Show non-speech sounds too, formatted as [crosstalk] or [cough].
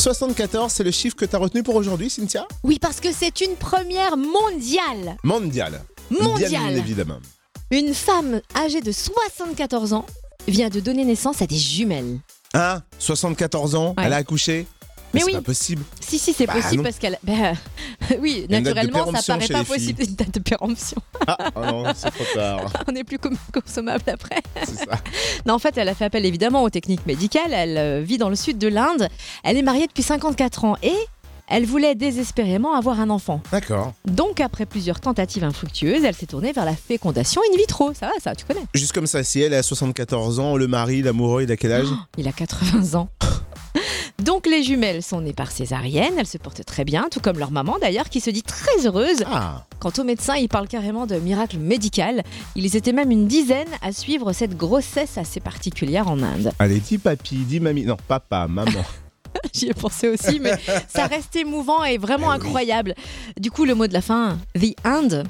74, c'est le chiffre que tu as retenu pour aujourd'hui, Cynthia Oui, parce que c'est une première mondiale. Mondial. Bien Mondiale. évidemment. Une femme âgée de 74 ans vient de donner naissance à des jumelles. Hein 74 ans, Ouais. elle a accouché Mais c'est oui. pas possible. Si, si, c'est Bah, possible non. parce qu'elle. bah, [laughs] oui, y a une date de naturellement, ça péremption paraît chez pas les filles. possible. Une date de péremption. [laughs] Ah, oh non, c'est trop tard. On n'est plus com- consommable après. [laughs] C'est ça. Non, en fait, elle a fait appel évidemment aux techniques médicales. Elle euh, vit dans le sud de l'Inde. Elle est mariée depuis 54 ans et elle voulait désespérément avoir un enfant. D'accord. Donc, après plusieurs tentatives infructueuses, elle s'est tournée vers la fécondation in vitro. Ça va, ça, tu connais Juste comme ça, si elle a 74 ans, le mari, l'amoureux, il a quel âge Il a 80 ans. Donc, les jumelles sont nées par césarienne. Elles se portent très bien, tout comme leur maman d'ailleurs, qui se dit très heureuse. Ah, Quant aux médecins, ils parlent carrément de miracle médical. Ils étaient même une dizaine à suivre cette grossesse assez particulière en Inde. [laughs] allez, dis papy, dis mamie. Non, papa, maman. J'y ai pensé aussi, mais ça reste émouvant et vraiment Eh oui. incroyable. Du coup, le mot de la fin, The End,